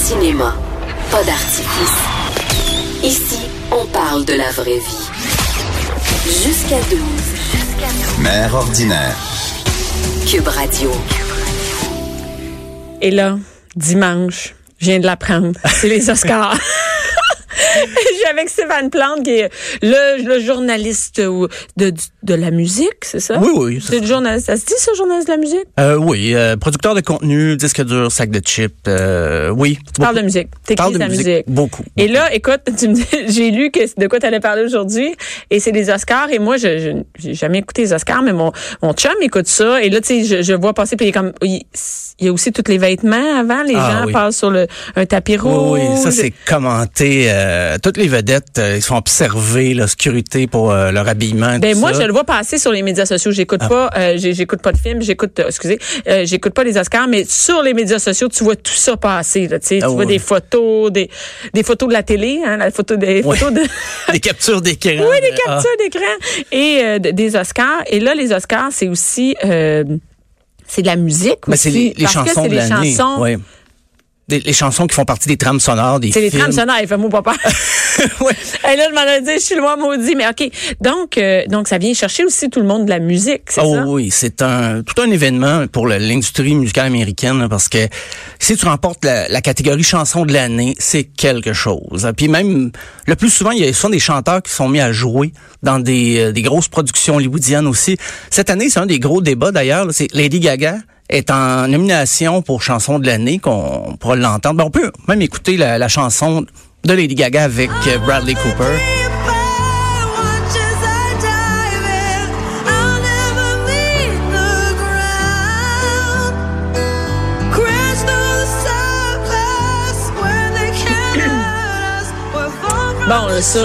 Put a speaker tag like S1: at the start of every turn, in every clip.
S1: cinéma, pas d'artifice. Ici, on parle de la vraie vie. Jusqu'à 12.
S2: Mère ordinaire.
S1: Cube Radio.
S3: Et là, dimanche, je viens de l'apprendre. C'est les Oscars. Je suis avec Stéphane Plante, qui est le, le journaliste ou de, du- de la musique, c'est ça?
S4: Oui, oui, c'est
S3: C'est le journaliste. Ça se dit, ça, journaliste de la musique?
S4: Euh, oui, euh, producteur de contenu, disque dur, sac de chips. euh, oui.
S3: Tu parles de musique.
S4: Parle
S3: T'écris
S4: de
S3: ta musique.
S4: musique. Beaucoup.
S3: Et là, écoute, tu me dis- j'ai lu que c'est de quoi tu allais parler aujourd'hui, et c'est les Oscars, et moi, je je- j'ai jamais écouté les Oscars, mais mon, mon chum écoute ça, et là, tu sais, je, je vois passer, puis il est comme, il, il y a aussi tous les vêtements avant, les
S4: Ah,
S3: gens
S4: oui.
S3: passent sur le, un tapis rouge.
S4: Oui, oui, ça c'est commenté. euh, toutes les vedettes, euh, ils se font observer, la scruter pour euh, leur habillement.
S3: Ben
S4: tout
S3: moi,
S4: ça. Ah.
S3: je le vois passer sur les médias sociaux. J'écoute pas, euh, j'ai- j'écoute pas de films, j'écoute, euh, excusez, euh, j'écoute pas les Oscars, mais sur les médias sociaux, tu vois tout ça passer. Là, tu sais.
S4: Ah
S3: tu vois
S4: oui.
S3: des photos, des, des photos de la télé, hein, la photo des
S4: Ouais.
S3: photos de.
S4: Des captures d'écran.
S3: Oui, des
S4: euh,
S3: captures d'écran et euh, de- des Oscars. Et là, les Oscars, c'est aussi euh, c'est de la musique
S4: Mais
S3: aussi,
S4: Ben, c'est les, les
S3: parce que
S4: chansons
S3: c'est
S4: de
S3: les
S4: l'année.
S3: chansons.
S4: Oui. Des- les chansons qui font partie des trames sonores, des
S3: C'est les
S4: films.
S3: trames sonores, fais-moi pas peur.
S4: Oui.
S3: Et là, je m'en ai dit, je suis loin maudit, mais OK. Donc, euh, donc ça vient chercher aussi tout le monde de la musique, c'est
S4: Oh
S3: ça?
S4: oui, c'est un tout un événement pour le- l'industrie musicale américaine là, parce que si tu remportes la, la catégorie chanson de l'année, c'est quelque chose. hein. Puis même le plus souvent, il y a souvent des chanteurs qui sont mis à jouer dans des, euh, des grosses productions hollywoodiennes aussi. Cette année, c'est un des gros débats d'ailleurs. là, C'est Lady Gaga est en nomination pour chanson de l'année qu'on pourra l'entendre. Ben, on peut même écouter la, la chanson de Lady Gaga avec euh, Bradley Cooper.
S3: Bon, là, ça,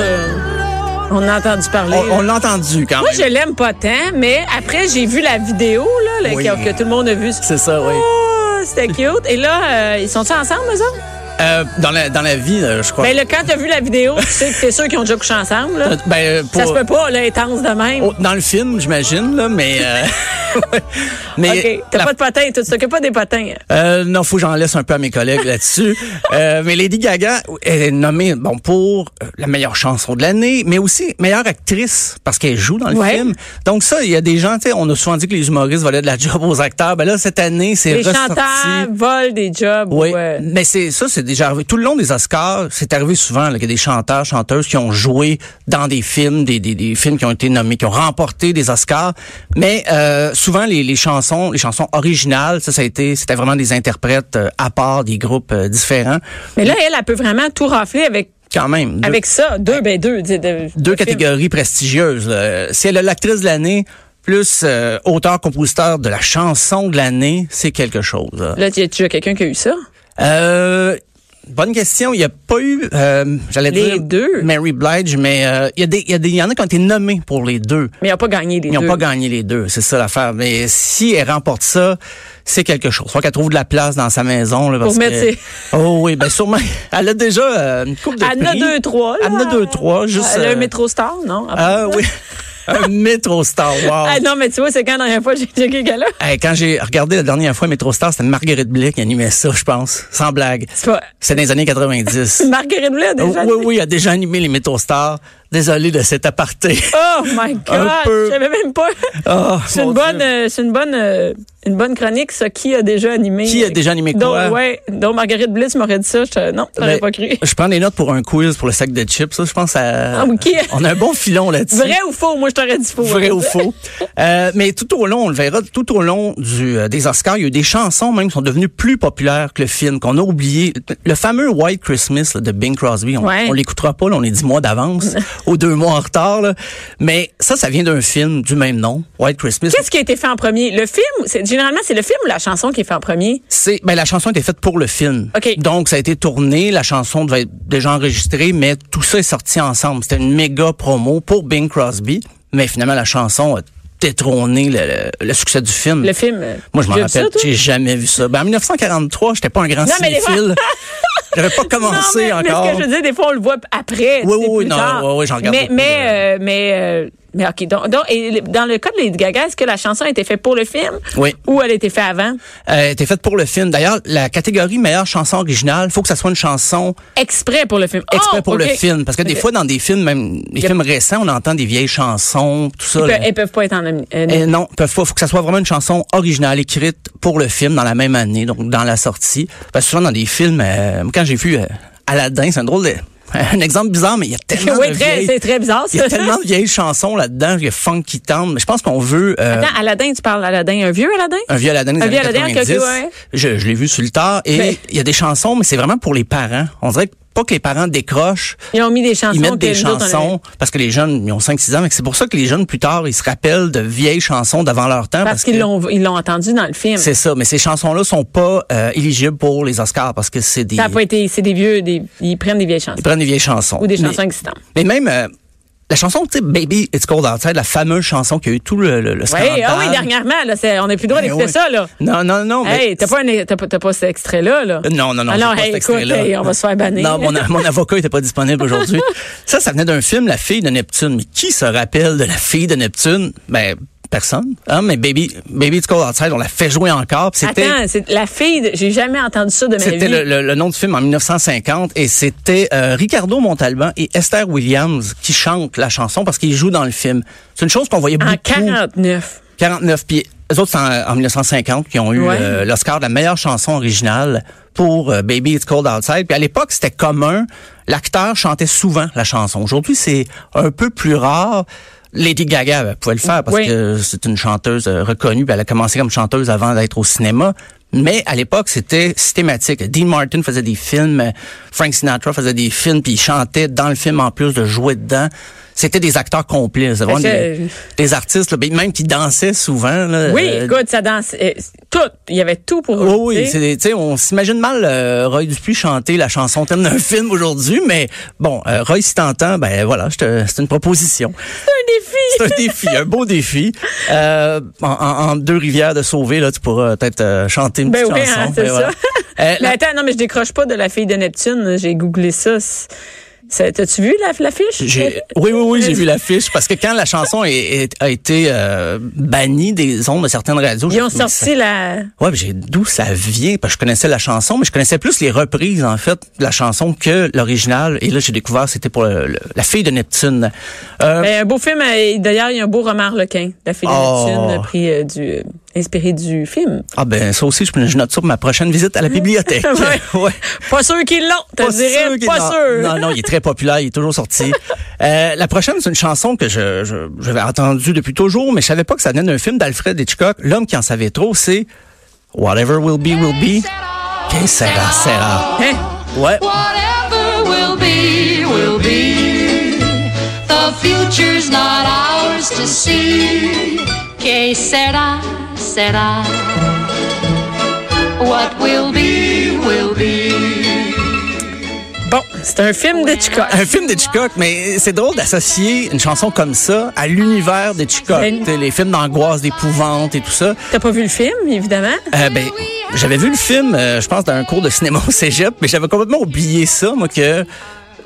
S3: On a entendu parler.
S4: On, on
S3: là.
S4: l'a entendu quand
S3: Moi,
S4: même.
S3: je l'aime pas tant, mais après, j'ai vu la vidéo là, là,
S4: Oui.
S3: que, que tout le monde a vue.
S4: C'est ça, oui.
S3: Oh, c'était cute. Et là, euh, ils sont-ils ensemble, eux autres?
S4: Euh, dans, la, dans la vie, euh, je crois.
S3: Ben, là, quand t'as vu la vidéo, tu sais que t'es sûr qu'ils ont déjà couché ensemble. Là.
S4: Euh, ben, pour-
S3: Ça se peut pas, là, intense de même.
S4: Oh, dans le film, j'imagine, là, mais. euh, ouais. mais
S3: OK, t'as
S4: la-
S3: pas de potins, toi, tu t'occupes pas des potins.
S4: euh, non, faut que j'en laisse un peu à mes collègues là-dessus. Euh, mais Lady Gaga est nommée bon pour euh, la meilleure chanson de l'année, mais aussi meilleure actrice parce qu'elle joue dans le
S3: Ouais.
S4: film. Donc ça, il y a des gens, tu sais, on a souvent dit que les humoristes volaient de la job aux acteurs. Ben là, cette année, c'est
S3: Les
S4: ressorti.
S3: chanteurs volent des jobs.
S4: Oui,
S3: ou, euh,
S4: mais c'est ça, c'est déjà arrivé. Tout le long des Oscars, c'est arrivé souvent là, qu'il y a des chanteurs, chanteuses qui ont joué dans des films, des, des, des films qui ont été nommés, qui ont remporté des Oscars. Mais euh, souvent, les, les chansons, les chansons originales, ça, ça a été, c'était vraiment des interprètes euh, à part, des groupes euh, différents.
S3: Mais là, elle, elle peut vraiment tout rafler avec,
S4: Quand même, deux,
S3: avec ça. Deux, ben deux. tu sais, de- de films.
S4: deux catégories prestigieuses. là. Si elle est l'actrice de l'année, plus euh, auteur-compositeur de la chanson de l'année, c'est quelque chose. là.
S3: Là, tu tu as quelqu'un qui a eu ça.
S4: Euh, bonne question. Il n'y a pas eu, euh, j'allais
S3: Les
S4: dire,
S3: deux.
S4: Mary Blige, mais euh, il y, a des- il y, a des- il y en a qui ont été nommés pour les deux.
S3: Mais ils n'ont pas gagné les
S4: Ils n'ont
S3: deux.
S4: pas gagné les deux, c'est ça l'affaire. Mais si elle remporte ça, c'est quelque chose. Faut qu'elle trouve de la place dans sa maison. Là, parce
S3: mettre
S4: que-
S3: ses-
S4: Oh oui, bien sûrement. Elle a déjà euh, une coupe de
S3: Elle en a
S4: prix.
S3: deux, trois. là.
S4: Elle en a deux, trois. Juste,
S3: Elle a
S4: euh,
S3: un métro star, non?
S4: Ah oui, un métro Star Wars.
S3: Ah non, mais tu vois, c'est quand la dernière fois j'ai checké qu'elle a.
S4: Hey, quand j'ai regardé la dernière fois Métro Star, c'était Marguerite Blais qui animait ça, je pense. Sans blague.
S3: C'est pas.
S4: C'est dans les années 90.
S3: Marguerite Blais, déjà.
S4: Euh, Oui, oui, il a déjà animé les Métro Stars. Désolé de cet aparté.
S3: Oh my God!
S4: Un peu.
S3: Je savais même pas.
S4: Ah,
S3: C'est
S4: mon
S3: une,
S4: Dieu.
S3: bonne, euh, c'est une bonne, euh, une bonne chronique, ça. Qui a déjà animé?
S4: Qui a déjà animé
S3: donc,
S4: quoi?
S3: Ouais, donc Marguerite Bliss m'aurait dit ça. Je, non, t'aurais
S4: Ben,
S3: pas cru.
S4: Je prends des notes pour un quiz pour le sac de chips. Ça, je pense à...
S3: Ah, ok.
S4: On a un bon filon là-dessus.
S3: Vrai ou faux? Moi, je t'aurais dit faux.
S4: Vrai ou faux. Euh, mais tout au long, on le verra, tout au long du, euh, des Oscars, il y a eu des chansons même qui sont devenues plus populaires que le film, qu'on a oublié. Le fameux White Christmas là, de Bing Crosby, on,
S3: Ouais.
S4: on l'écoutera pas, là, on est dix mois d'avance ou deux mois en retard. là. Mais ça, ça vient d'un film du même nom, White Christmas.
S3: Qu'est-ce qui a été fait en premier? Le film? C'est, généralement, c'est le film ou la chanson qui est fait en premier?
S4: C'est ben la chanson était faite pour le film.
S3: OK.
S4: Donc ça a été tourné, la chanson devait être déjà enregistrée, mais tout ça est sorti ensemble. C'était une méga promo pour Bing Crosby, mais finalement la chanson a détrôné le, le- le succès du film.
S3: Le film. euh,
S4: Moi je m'en
S3: tu as vu
S4: rappelle,
S3: ça, toi?
S4: j'ai jamais vu ça. Ben en 1943, j'étais pas un grand
S3: Non, mais les fois-
S4: cinéphile. J'avais pas
S3: Non,
S4: commencé
S3: mais, mais
S4: encore.
S3: ce que je veux dire, des fois, on le voit après.
S4: Oui,
S3: tu sais,
S4: oui,
S3: plus
S4: non,
S3: tard.
S4: oui, oui, j'en regarde
S3: Mais,
S4: beaucoup,
S3: mais, euh, mais euh, Mais OK. Donc, donc et le- dans le cas de Lady Gaga, est-ce que la chanson a été faite pour le film?
S4: Oui.
S3: Ou elle a été faite avant?
S4: Euh, t'es faite pour le film. D'ailleurs, la catégorie meilleure chanson originale, faut que ça soit une chanson
S3: Exprès pour le film.
S4: exprès
S3: Oh,
S4: pour
S3: OK.
S4: le film. Parce que des
S3: OK.
S4: fois, dans des films, même des
S3: Yep.
S4: films récents, on entend des vieilles chansons, tout ça.
S3: Ils
S4: là.
S3: peuvent, elles peuvent pas être en nomine- euh,
S4: Eh non, peuvent pas. Faut que ça soit vraiment une chanson originale écrite pour le film dans la même année, donc dans la sortie. Parce que souvent dans des films, euh, quand j'ai vu euh, Aladdin, c'est un drôle de, un exemple bizarre, mais il y a tellement
S3: Oui,
S4: de
S3: très-
S4: vieilles,
S3: c'est très bizarre, ça.
S4: Il y a tellement de vieilles chansons là-dedans, il y a funk qui tente. Mais je pense qu'on veut euh,
S3: Attends, Aladdin, tu parles d'Aladdin, un vieux Aladdin?
S4: un vieux Aladdin des
S3: Un
S4: années
S3: vieux Aladdin, ok,
S4: 90.
S3: ok, ouais.
S4: Je, je l'ai vu sur le tard et il
S3: Mais-
S4: y a des chansons, mais c'est vraiment pour les parents. On dirait que pas que les parents décrochent.
S3: Ils ont mis des chansons.
S4: Ils mettent
S3: que
S4: des
S3: nous autres, on avait-
S4: chansons parce que les jeunes ils ont 5 6 ans mais c'est pour ça que les jeunes plus tard ils se rappellent de vieilles chansons d'avant leur temps
S3: Parce qu'ils
S4: que-
S3: l'ont, ils l'ont entendu dans le film.
S4: C'est ça, mais ces chansons-là sont pas euh, éligibles pour les Oscars parce que c'est des
S3: Ça a pas été, c'est des vieux, des, ils prennent des vieilles chansons.
S4: ils prennent des vieilles chansons
S3: Ou des
S4: Mais-
S3: chansons existantes.
S4: Mais, même euh, la chanson tu sais, Baby It's Cold Outside, la fameuse chanson qui a eu tout le le, le scandale.
S3: Oui, ah oui, dernièrement, là, c'est- on n'a plus le droit
S4: Ben
S3: d'écouter
S4: oui.
S3: ça, là.
S4: Non non non, mais- Euh,
S3: Hey, t'as pas, un- t'as pas, t'as pas cet extrait-là, là?
S4: Non, non, non.
S3: Alors,
S4: j'ai pas
S3: hey,
S4: cet
S3: écoute,
S4: extrait-là.
S3: hey, on va se faire bannir.
S4: Non, mon, mon avocat était pas disponible aujourd'hui. ça, ça venait d'un film, La fille de Neptune. Mais qui se rappelle de La fille de Neptune? Ben, personne. Hein, mais Baby, Baby It's Cold Outside, on l'a fait jouer encore. puis C'était,
S3: Attends, c'est la fille, de- j'ai jamais entendu ça de ma vie.
S4: c'était le, le- le nom du film en 1950 et c'était euh, Ricardo Montalban et Esther Williams qui chantent la chanson parce qu'ils jouent dans le film. C'est une chose qu'on voyait
S3: En
S4: beaucoup.
S3: 49.
S4: 49. Puis eux autres, c'est en, en 1950 qui ont eu
S3: Ouais.
S4: euh, l'Oscar de la meilleure chanson originale pour euh, Baby It's Cold Outside. Puis à l'époque, c'était commun. L'acteur chantait souvent la chanson. Aujourd'hui, c'est un peu plus rare. Lady Gaga ben, pouvait le faire parce
S3: Oui.
S4: que c'est une chanteuse euh, reconnue. Puis elle a commencé comme chanteuse avant d'être au cinéma. Mais à l'époque, c'était systématique. Dean Martin faisait des films, euh, Frank Sinatra faisait des films, puis il chantait dans le film en plus de jouer dedans. C'était des acteurs complets. C'est vraiment
S3: Fait que-
S4: des- des artistes, là, ben, même qui dansaient souvent. Là,
S3: Oui,
S4: Euh, Oh
S3: écoute, ça danse, euh, tout. Il y avait tout pour
S4: oui, oui,
S3: tu sais.
S4: c'est des- tu sais, on s'imagine mal euh, Roy Dupuis chanter la chanson thème d'un film aujourd'hui, mais bon, euh, Roy, si t'entends, ben voilà, je te- c'est une proposition.
S3: C'est un défi.
S4: C'est un défi, un beau défi. Euh, en, en- en deux rivières de sauver, là, tu pourras peut-être euh, chanter une
S3: Ben
S4: petite
S3: oui,
S4: chanson.
S3: hein, c'est
S4: ben voilà.
S3: ça.
S4: Euh,
S3: Mais
S4: la-
S3: attends, non, mais je décroche pas de la fille de Neptune. J'ai googlé ça. C'est- c'est- T'as-tu vu la- l'affiche?
S4: J'ai- oui, oui, oui, j'ai vu l'affiche parce que quand la chanson est- est- a été euh, bannie des ondes de certaines radios,
S3: Ils ont
S4: j'ai- mais ça-
S3: sorti la.
S4: Ouais, mais j'ai d'où ça vient parce que je connaissais la chanson, mais je connaissais plus les reprises en fait de la chanson que l'original. Et là, j'ai découvert c'était pour le- le- la fille de Neptune. Euh,
S3: Ben, un beau film. euh, D'ailleurs, il y a un beau Romar Lequin, la fille de
S4: Oh.
S3: Neptune, euh, pris, euh, du, euh, inspiré du film.
S4: ah ben ça aussi, je, je note ça pour ma prochaine visite à la bibliothèque.
S3: Ouais.
S4: Ouais.
S3: Pas sûr qu'ils l'ont, te dirais.
S4: sûr qu'il-
S3: pas
S4: non,
S3: sûr.
S4: Non, non, il est très populaire, il est toujours sorti. Euh, la prochaine, c'est une chanson que je, je, j'avais entendue depuis toujours, mais je savais pas que ça venait d'un film d'Alfred Hitchcock. L'homme qui en savait trop, c'est Whatever Will Be Will Be. Que sera, sera.
S3: Hein?
S4: Ouais.
S5: Whatever will be, will be. The future's not ours to see. Que será, será. What will be, will be.
S3: Bon, c'est un film d'Hitchcock.
S4: un film d'Hitchcock, mais c'est drôle d'associer une chanson comme ça à l'univers d'Hitchcock.
S3: Ben-
S4: T'sais, Les films d'angoisse, d'épouvante et tout ça.
S3: T'as pas vu le film, évidemment.
S4: Euh, ben, j'avais vu le film, euh, je pense, dans un cours de cinéma au cégep, mais j'avais complètement oublié ça, moi, que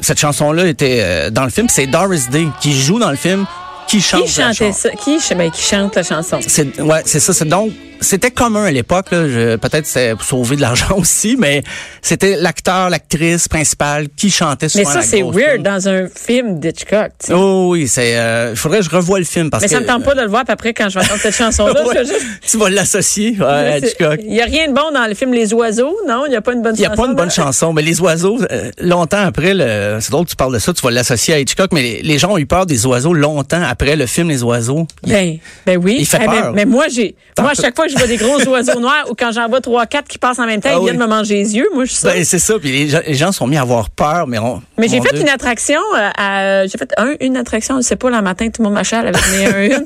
S4: cette chanson-là était euh, dans le film. C'est Doris Day qui joue dans le film, qui chante
S3: Qui
S4: la
S3: chantait ça?
S4: chanson.
S3: Qui, ch- ben, qui chante la chanson?
S4: C'est ouais, c'est ça. C'est donc c'était commun à l'époque. là, je- Peut-être c'est pour sauver de l'argent aussi, mais c'était l'acteur, l'actrice principale qui chantait.
S3: Mais
S4: souvent
S3: ça,
S4: la
S3: c'est
S4: grosse
S3: weird
S4: tune.
S3: dans un film d'Hitchcock. tu sais.
S4: Oh oui, c'est. Il faudrait que je revoie le film parce
S3: Mais
S4: que.
S3: ça me tente pas de le voir, puis après, quand je vais entendre cette chanson-là, je
S4: euh, Ouais,
S3: vais juste-
S4: tu vas l'associer ouais, à Hitchcock.
S3: Il n'y a rien de bon dans le film Les Oiseaux, non? Il n'y a pas une bonne
S4: Il n'y a
S3: chanson.
S4: pas une bonne
S3: là?
S4: chanson, mais les oiseaux, euh, longtemps après, le, c'est drôle que tu parles de ça, tu vas l'associer à Hitchcock, mais les, les gens ont eu peur des oiseaux longtemps après le film Les oiseaux.
S3: Ben, ben oui.
S4: Il fait
S3: Eh ben,
S4: peur.
S3: Mais, moi, j'ai,
S4: Tant
S3: moi, à
S4: que-
S3: chaque fois que je vois des gros oiseaux noirs ou quand j'en vois trois, quatre qui passent en même temps,
S4: Ah
S3: ils viennent
S4: oui.
S3: me manger les yeux. Moi, je suis sûre.
S4: Ben, c'est ça, puis les gens, les gens sont mis à avoir peur, mais on...
S3: mais j'ai
S4: mon
S3: fait
S4: Dieu.
S3: une attraction, euh, à- j'ai fait un, une attraction, je sais pas, le matin, tout le monde m'achale avec mes un, une.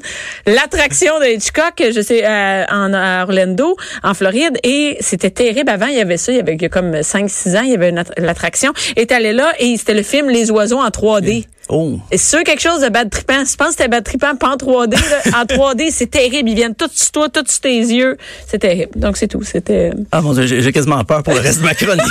S3: L'attraction de Hitchcock, je sais, euh, en à Orlando, en Floride, et c'était terrible. Avant, il y avait ça, il y avait il y a comme 5-6 ans, il y avait une att- l'attraction. Et t'allais là, et c'était le film Les oiseaux en 3D.
S4: Oh.
S3: C'est sûr quelque chose de bad trippant. Je pense que c'était bad trippant, pas en 3D. là. En 3D, c'est terrible. Ils viennent tout sur toi, tout sur tes yeux. C'est terrible. Donc, c'est tout. C'était... euh,
S4: Ah mon dieu, j'ai j'ai quasiment peur pour le reste de ma chronique.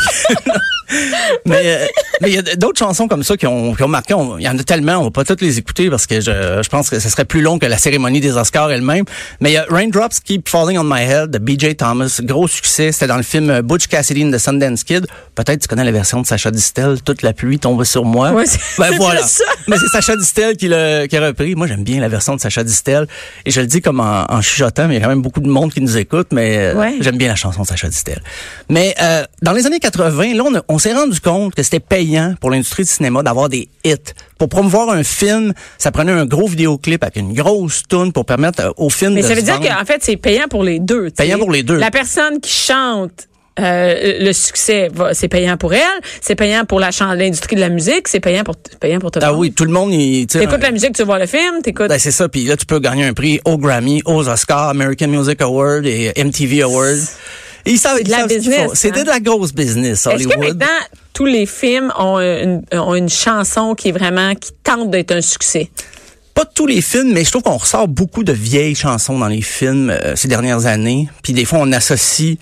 S4: mais euh, mais il y a d'autres chansons comme ça qui ont, qui ont marqué. On- Il y en a tellement, on va pas toutes les écouter parce que je, je pense que ce serait plus long que la cérémonie des Oscars elle-même. Mais il y a Raindrops Keep Falling on My Head de B.J. Thomas, gros succès. C'était dans le film Butch Cassidy and the Sundance Kid. Peut-être tu connais la version de Sacha Distel, toute la pluie tombe sur moi.
S3: Ouais, c'est-
S4: ben
S3: c'est
S4: voilà.
S3: ça.
S4: Mais c'est Sacha Distel qui, l'a- qui a repris. Moi, j'aime bien la version de Sacha Distel. Et je le dis comme en, en chuchotant, mais il y a quand même beaucoup de monde qui nous écoute. Mais euh,
S3: Ouais.
S4: j'aime bien la chanson de Sacha Distel. Mais euh, dans les années 80, là, on, a- on s'est rendu compte que c'était payant pour l'industrie du cinéma d'avoir des hits. Pour promouvoir un film, ça prenait un gros vidéoclip avec une grosse toune pour permettre euh, au film
S3: Mais
S4: de
S3: ça veut
S4: se
S3: dire
S4: vendre.
S3: qu'en fait, c'est payant pour les deux. tu
S4: Payant
S3: sais.
S4: pour les deux.
S3: La personne qui chante euh, le succès, va- c'est payant pour elle, c'est payant pour la chan- l'industrie de la musique, c'est payant pour, c'est payant pour tout le
S4: Ah
S3: monde.
S4: oui, tout le monde... il- tu sais,
S3: T'écoutes
S4: un-
S3: la musique, tu vois le film, t'écoutes...
S4: Ben, c'est ça, puis là tu peux gagner un prix au Grammy, aux Oscars, American Music Award et MTV Award. Et Ils savent,
S3: de
S4: ils
S3: la
S4: savent ce qu'ils
S3: business,
S4: font. C'était
S3: hein.
S4: de la grosse business
S3: Est-ce
S4: Hollywood.
S3: que maintenant, tous les films ont euh, une, ont une chanson qui est vraiment, qui tente d'être un succès?
S4: pas tous les films, mais je trouve qu'on ressort beaucoup de vieilles chansons dans les films euh, ces dernières années. Puis des fois, on associe...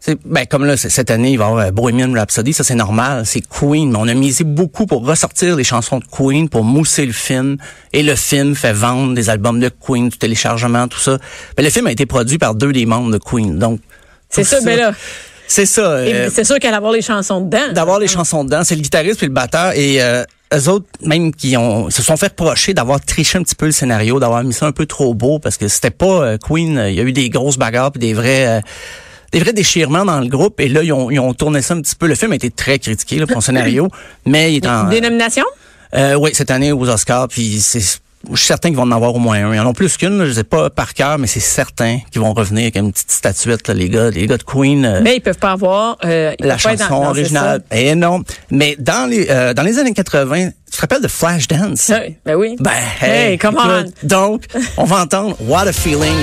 S4: c'est- Ben, comme là, c- cette année, il va y avoir euh, Bohemian Rhapsody, ça c'est normal, c'est Queen, mais on a misé beaucoup pour ressortir les chansons de Queen, pour mousser le film, et le film fait vendre des albums de Queen, du téléchargement, tout ça. Ben, le film a été produit par deux des membres de Queen, donc...
S3: C'est
S4: tout
S3: ça, ben là.
S4: C'est ça.
S3: Et
S4: euh,
S3: c'est sûr qu'elle avoir les chansons dedans.
S4: d'avoir les chansons dedans. C'est le guitariste puis le batteur et euh, eux autres même qui ont se sont fait reprocher d'avoir triché un petit peu le scénario, d'avoir mis ça un peu trop beau parce que c'était pas euh, Queen. euh, Il y a eu des grosses bagarres puis des vrais. euh, des vrais déchirements dans le groupe et là ils ont, ils ont tourné ça un petit peu le film a été très critiqué là, pour son scénario mais il est en
S3: Des nominations?
S4: euh, oui, cette année aux Oscars, puis c'est je suis certain qu'ils vont en avoir au moins un. Ils en ont plus qu'une, là, je sais pas par cœur, mais c'est certain qu'ils vont revenir avec une petite statuette, là, les gars, les gars de Queen. euh,
S3: Mais ils peuvent pas avoir... euh, ils
S4: la
S3: peuvent pas être dans-
S4: chanson
S3: non, c'est
S4: originale est énorme. Mais dans les euh, dans les années 80, tu te rappelles de Flashdance?
S3: ça. Oui, Ben oui.
S4: Ben, hey,
S3: hey, come on.
S4: écoute, Donc, on va entendre What a Feeling.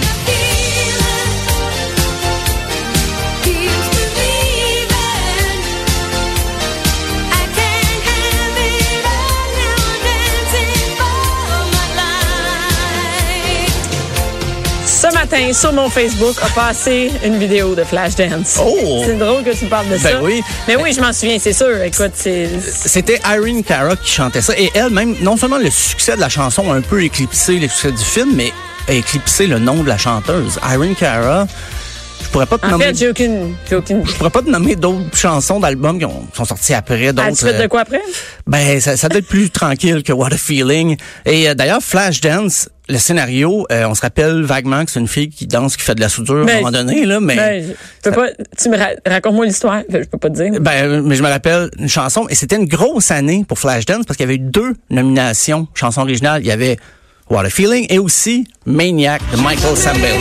S3: Ce matin, sur mon Facebook, a passé une vidéo de Flashdance.
S4: Oh!
S3: C'est drôle que tu me parles de ça.
S4: oui.
S3: Mais oui, je m'en souviens, c'est sûr. Écoute, c'est...
S4: C'était Irene Cara qui chantait ça. Et elle-même, non seulement le succès de la chanson a un peu éclipsé le succès du film, mais a éclipsé le nom de la chanteuse. Irene Cara, je pourrais pas te
S3: En
S4: nommer...
S3: fait, j'ai aucune... J'ai aucune...
S4: je pourrais pas te nommer d'autres chansons d'albums qui ont- sont sorties après,
S3: Ah, tu
S4: d'autres.
S3: fais de
S4: euh,
S3: quoi après?
S4: Ben, ça, ça doit être plus tranquille que What a Feeling. Et euh, d'ailleurs, Flashdance, le scénario, euh, on se rappelle vaguement que c'est une fille qui danse, qui fait de la soudure à un
S3: Ben,
S4: moment donné, là, mais...
S3: Ben, je peux pas... Tu me ra- racontes-moi l'histoire. Ben, Je peux pas te dire.
S4: Ben, mais je me rappelle une chanson, et c'était une grosse année pour Flashdance parce qu'il y avait eu deux nominations, chanson originale. Il y avait What a Feeling et aussi Maniac de Michael Sambello.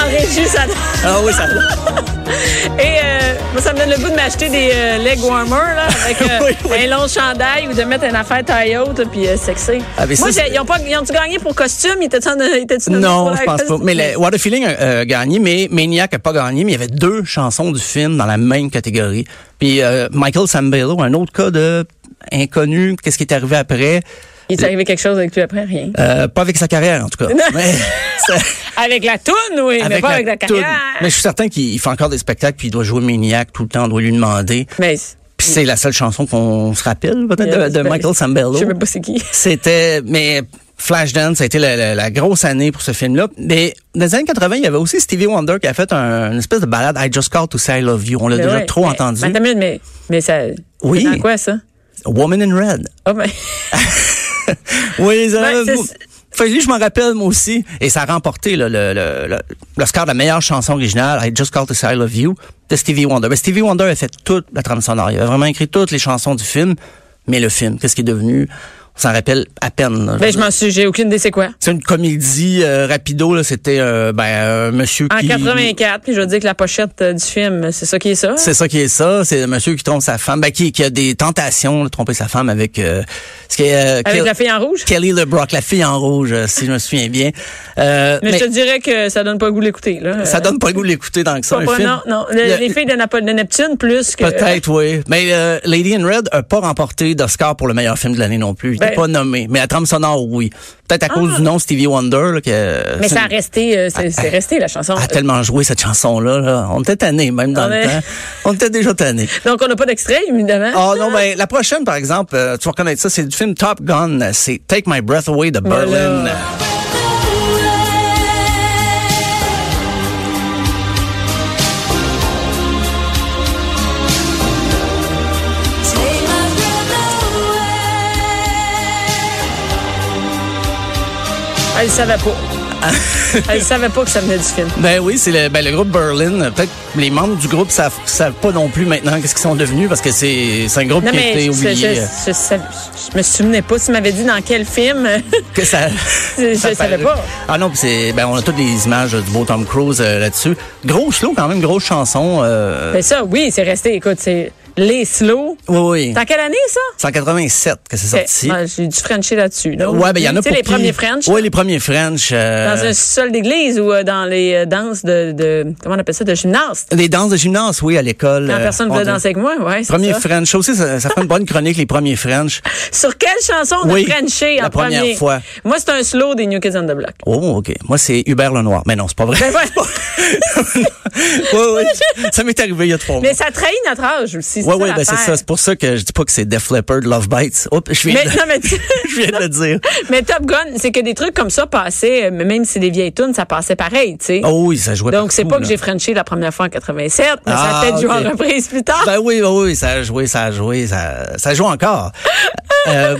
S3: En régie, ça...
S4: Ah oui, ça.
S3: Et euh, moi, ça me donne le goût de m'acheter des euh, leg warmers, là, avec euh,
S4: Oui, oui.
S3: un long chandail ou de mettre une affaire taille haute, puis euh, sexy.
S4: Ah, mais ça,
S3: moi, j'ai-
S4: c'est-
S3: ils ont pas, ils ont-tu gagné pour costume? Ils étaient-tu en- ils étaient-tu nommés
S4: Non,
S3: pour
S4: je
S3: la-
S4: pense pas. Mais le What a Feeling a euh, gagné, mais Maniac a pas gagné. Mais il y avait deux chansons du film dans la même catégorie. Puis euh, Michael Sambello, un autre cas de inconnu. Qu'est-ce qui est arrivé après
S3: Il est arrivé quelque chose avec lui après? Rien.
S4: Euh, Pas avec sa carrière en tout cas.
S3: Non.
S4: Mais ça-
S3: Avec la toune, oui, mais pas avec la
S4: toune.
S3: carrière.
S4: Mais je suis certain qu'il il fait encore des spectacles puis il doit jouer Maniac tout le temps. On doit lui demander.
S3: Mais
S4: Puis
S3: Mm.
S4: c'est la seule chanson qu'on se rappelle peut-être de, de Michael Sambello.
S3: Je sais même pas c'est qui.
S4: C'était, mais Flashdance, ça a été la, la- la grosse année pour ce film-là. Mais dans les années 80, il y avait aussi Stevie Wonder qui a fait un- une espèce de balade I Just Called to Say I Love You. On l'a
S3: Mais
S4: déjà
S3: Ben ouais,
S4: trop
S3: mais-
S4: entendu.
S3: Mais, attends une minute, mais, mais ça.
S4: Oui.
S3: c'est Dans quoi, ça?
S4: Woman in Red.
S3: Oh, ben,
S4: Oui, ça,
S3: Ben, c'est-
S4: moi- Fait que lui, je m'en rappelle, moi aussi. Et ça a remporté là, le, le, le, l'Oscar de la meilleure chanson originale, I Just Called to Say I Love You, de Stevie Wonder. Mais Stevie Wonder a fait toute la trame sonore. Il a vraiment écrit toutes les chansons du film, mais le film, qu'est-ce qui est devenu? s'en rappelle à peine. là.
S3: Ben, je m'en suis, j'ai aucune idée c'est quoi.
S4: C'est une comédie euh, rapido, là. C'était euh, ben, un monsieur
S3: En
S4: qui...
S3: 84, puis je veux dire que la pochette euh, du film, c'est ça qui est ça.
S4: C'est ça qui est ça. C'est le monsieur qui trompe sa femme. Ben, qui, qui a des tentations de tromper sa femme avec... euh, ce qui est, euh,
S3: Avec
S4: Kel-
S3: la fille en rouge.
S4: Kelly LeBrock, la fille en rouge, euh, si je me souviens bien. Euh,
S3: Mais,
S4: mais
S3: je te dirais que ça donne pas le goût de l'écouter. Là.
S4: ça
S3: Euh,
S4: donne pas le goût de l'écouter dans que ça,
S3: pas-
S4: un
S3: pas-
S4: film.
S3: Non, non. Le-
S4: Le-
S3: les filles euh, de, Napo- de Neptune plus que.
S4: Peut-être, oui. Mais euh, Lady in Red n'a pas remporté d'Oscar pour le meilleur film de l'année non plus. Il n'était
S3: Ben- ah.
S4: pas nommé. Mais la trame sonore, oui. Peut-être à cause du nom Stevie Wonder. là, que
S3: Mais
S4: c'est
S3: ça a
S4: une- Ah,
S3: resté, euh, Ah c'est, c'est resté la chanson.
S4: a tellement joué cette chanson-là. là. On était tannés, même dans
S3: On
S4: le
S3: est-
S4: temps. On était déjà tannés.
S3: Donc on n'a pas d'extrait évidemment.
S4: Oh non, ben la prochaine, par exemple, euh, tu vas reconnaître ça, c'est du film Top Gun. C'est Take My Breath Away de
S3: Mais là-
S4: Berlin.
S3: Elle ne savait pas.
S4: Ah.
S3: Elle ne savait pas que ça venait du film.
S4: Ben oui, c'est le, ben, le groupe Berlin. Peut-être que les membres du groupe savent, savent pas non plus maintenant qu'est-ce qu'ils sont devenus parce que c'est c'est un groupe
S3: Non
S4: qui a
S3: mais
S4: été
S3: je, je,
S4: oublié. euh,
S3: je- je sav- je me souvenais pas. Tu m'avais dit dans quel film.
S4: que ça.
S3: Je- je
S4: ça
S3: savais
S4: paraît.
S3: pas.
S4: Ah non, puis c'est ben on a toutes les images euh, du beau Tom Cruise euh, là-dessus. Gros slow quand même, grosse chanson. euh,
S3: mais ça, oui, c'est resté. Écoute, c'est les slow.
S4: oui, oui.
S3: Dans quelle année ça?
S4: 187 que c'est sorti.
S3: Eh, moi, J'ai du Frenché là-dessus. là.
S4: Ouais, ben il y en a
S3: Tu sais,
S4: pour
S3: les premiers
S4: qui-
S3: French.
S4: Ouais, les premiers French. euh,
S3: Dans un sol d'église ou euh, dans les euh, danses de, de- comment on appelle ça de gymnaste.
S4: Les danses de gymnase, oui, à l'école.
S3: Quand
S4: euh,
S3: personne
S4: on
S3: veut
S4: dit-
S3: danser avec moi, ouais, c'est
S4: Premier
S3: ça.
S4: French. Aussi, ça, ça fait une bonne chronique, les premiers French.
S3: Sur quelle chanson on
S4: Oui,
S3: a Frenché
S4: la
S3: en
S4: première
S3: premier?
S4: fois.
S3: Moi, c'est un slow des New Kids on the Block.
S4: Oh, OK. Moi, c'est Hubert Lenoir. Mais non, c'est pas vrai.
S3: Ben ouais.
S4: oui, oui. Ça m'est arrivé il y a trois mois.
S3: Mais ça trahit notre âge aussi.
S4: Oui, oui, ben c'est
S3: l'affaire.
S4: ça. C'est pour ça que je dis pas que c'est Def Leppard, Love Bites. Oups, je viens,
S3: Mais,
S4: de,
S3: non, mais,
S4: je viens de le dire.
S3: mais Top Gun, c'est que des trucs comme ça passaient, euh, même si c'est des vieilles tunes, ça passait pareil, tu sais.
S4: Oh oui, ça jouait
S3: Donc, c'est
S4: partout,
S3: pas que
S4: là.
S3: j'ai Frenché la première fois en 87, mais ça
S4: Ah,
S3: a peut-être joué
S4: ok.
S3: en reprise plus tard.
S4: Ben oui, ben oui, ça a joué, ça a joué, ça, ça joue encore. euh,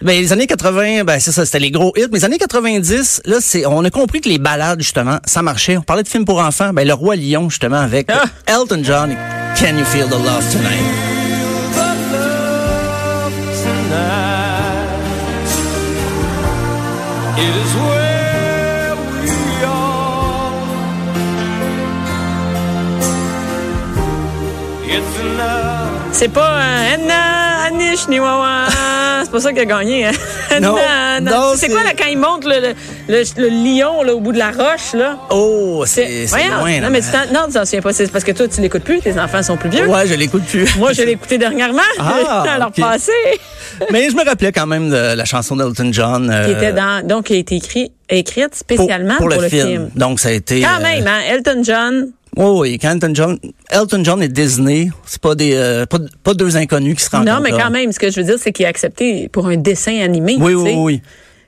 S4: ben, les années 80, ben c'est ça, c'était les gros hits. Mais les années 90, là, c'est, on a compris que les balades, justement, ça marchait. On parlait de films pour enfants. Ben, Le Roi Lion, justement, avec
S3: Ah.
S4: Elton John et Can You Feel the Love Tonight?
S6: It is where we are. It's enough.
S3: C'est pas euh, Anna, Anish, Niwawa. C'est pas ça qu'il a gagné. Hein?
S4: Non,
S3: Anna, Anna.
S4: non,
S3: c'est
S4: c'est-
S3: quoi là, quand il monte le, le, le- le lion là, au bout de la roche? là?
S4: Oh, c'est, c'est
S3: Eh, Voyons.
S4: loin, là. hein.
S3: Non, mais tu t'en- non, tu t'en souviens pas. C'est parce que toi, tu l'écoutes plus. Tes enfants sont plus vieux.
S4: Ouais, je l'écoute plus.
S3: Moi, je l'ai écouté dernièrement.
S4: Ah,
S3: à leur
S4: ok. Euh,
S3: passé.
S4: mais je me rappelais quand même de la chanson d'Elton John. euh,
S3: Qui était dans, donc, qui a été écrit, écrite
S4: pour,
S3: spécialement
S4: pour le, film. Donc, ça a été.
S3: Quand
S4: euh,
S3: même, hein? Elton John.
S4: Oui, oui, quand Elton John, Elton John et Disney, c'est pas des, euh, pas, pas deux inconnus qui se rencontrent.
S3: Non, mais
S4: là.
S3: quand même, ce que je veux dire, c'est qu'il est accepté pour un dessin animé.
S4: Oui,
S3: tu
S4: oui,
S3: sais.
S4: oui.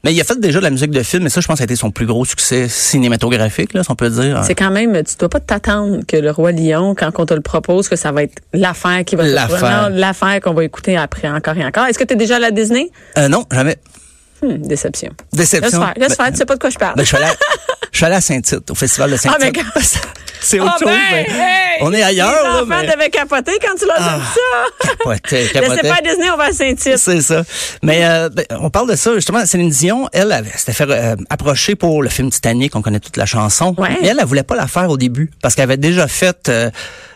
S4: Mais il a fait déjà de la musique de film, et ça, je pense, que ça a été son plus gros succès cinématographique, là, si on peut dire.
S3: C'est quand même, tu dois pas t'attendre que le roi lion, quand on te le propose, que ça va être l'affaire qui va te Non,
S4: L'affaire.
S3: l'affaire qu'on va écouter après encore et encore. Est-ce que tu es déjà à la Disney?
S4: Euh, non, jamais.
S3: Hum, déception. Laisse
S4: Déception.
S3: faire, laisse
S4: Ben-
S3: faire, tu sais pas de quoi je parle.
S4: ben, je suis allé, à- je suis allé à Saint-Tite, au festival de
S3: Ah, mais
S4: Saint-Tite.
S3: quand-
S4: C'est autre
S3: Ah,
S4: chose,
S3: ben,
S4: mais
S3: hey!
S4: on est ailleurs,
S3: Les
S4: là,
S3: enfants
S4: mais- Ah,
S3: devaient capoter quand tu leur as dit ça.
S4: Capotait,
S3: Laissez
S4: capotait.
S3: pas à Disney, on va à Saint-Tite.
S4: C'est ça. Mais euh, ben, on parle de ça justement. Céline Dion, elle, elle s'était fait euh, approcher pour le film Titanic. On connaît toute la chanson.
S3: Ouais.
S4: Mais elle, elle voulait pas la faire au début parce qu'elle avait déjà fait euh,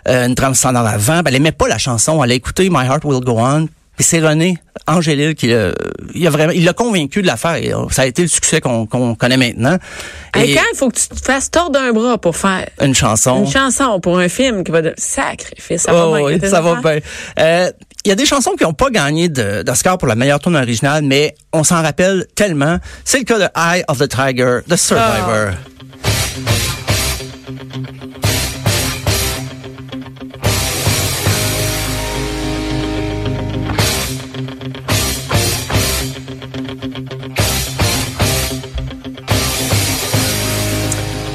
S4: euh, une trame sonore avant. Ben, elle aimait pas la chanson. Elle a écouté My Heart Will Go On. Puis c'est René Angélil qui l'a- il a vraiment, il l'a convaincu de la faire. Et, euh, ça a été le succès qu'on qu'on connaît maintenant.
S3: Hey,
S4: Et
S3: quand il faut que tu te fasses tordre un bras pour faire
S4: une chanson.
S3: une chanson pour un film qui va de sacrifice, ça
S4: Oh
S3: va
S4: oui,
S3: bien.
S4: ça va bien. Euh, Il y a des chansons qui n'ont pas gagné de- d'Oscar pour la meilleure tourne originale, mais on s'en rappelle tellement. C'est le cas de Eye of the Tiger, The Survivor.
S3: Ah.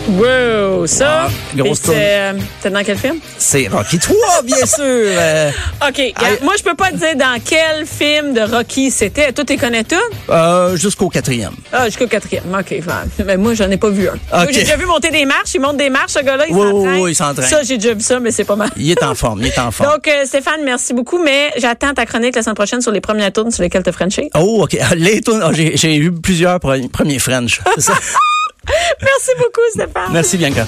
S3: Wow, beau ça.
S4: Ah, grosse
S3: Et c'est, euh, c'est dans quel film?
S4: C'est Rocky 3, bien sûr. Euh,
S3: OK. regarde, moi, je peux pas te dire dans quel film de Rocky c'était. Toi, tu connais tout?
S4: euh, Jusqu'au quatrième.
S3: Ah, jusqu'au quatrième. OK. ouais. Mais moi, j'en ai pas vu un. Moi,
S4: OK.
S3: J'ai déjà vu monter des marches. Il monte des marches, ce gars-là. Il
S4: Oui, oui,
S3: s'entraîne.
S4: oui, il s'entraîne.
S3: Ça, j'ai déjà vu ça, mais c'est pas mal.
S4: Il est en forme, il est en forme.
S3: Donc, euh, Stéphane, merci beaucoup, mais j'attends ta chronique la semaine prochaine sur les premières tournes sur lesquelles te Frenché.
S4: Oh, OK. Les tunes, oh, j'ai j'ai eu plusieurs pre- premiers French. C'est ça.
S3: Merci beaucoup, Stéphane.
S4: Merci, Bianca.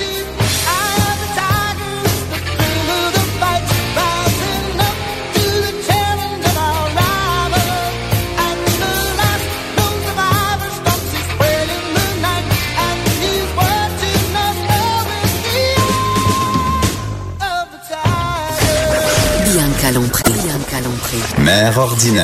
S1: Bien calompré. Bien calompré.
S2: mère ordinaire.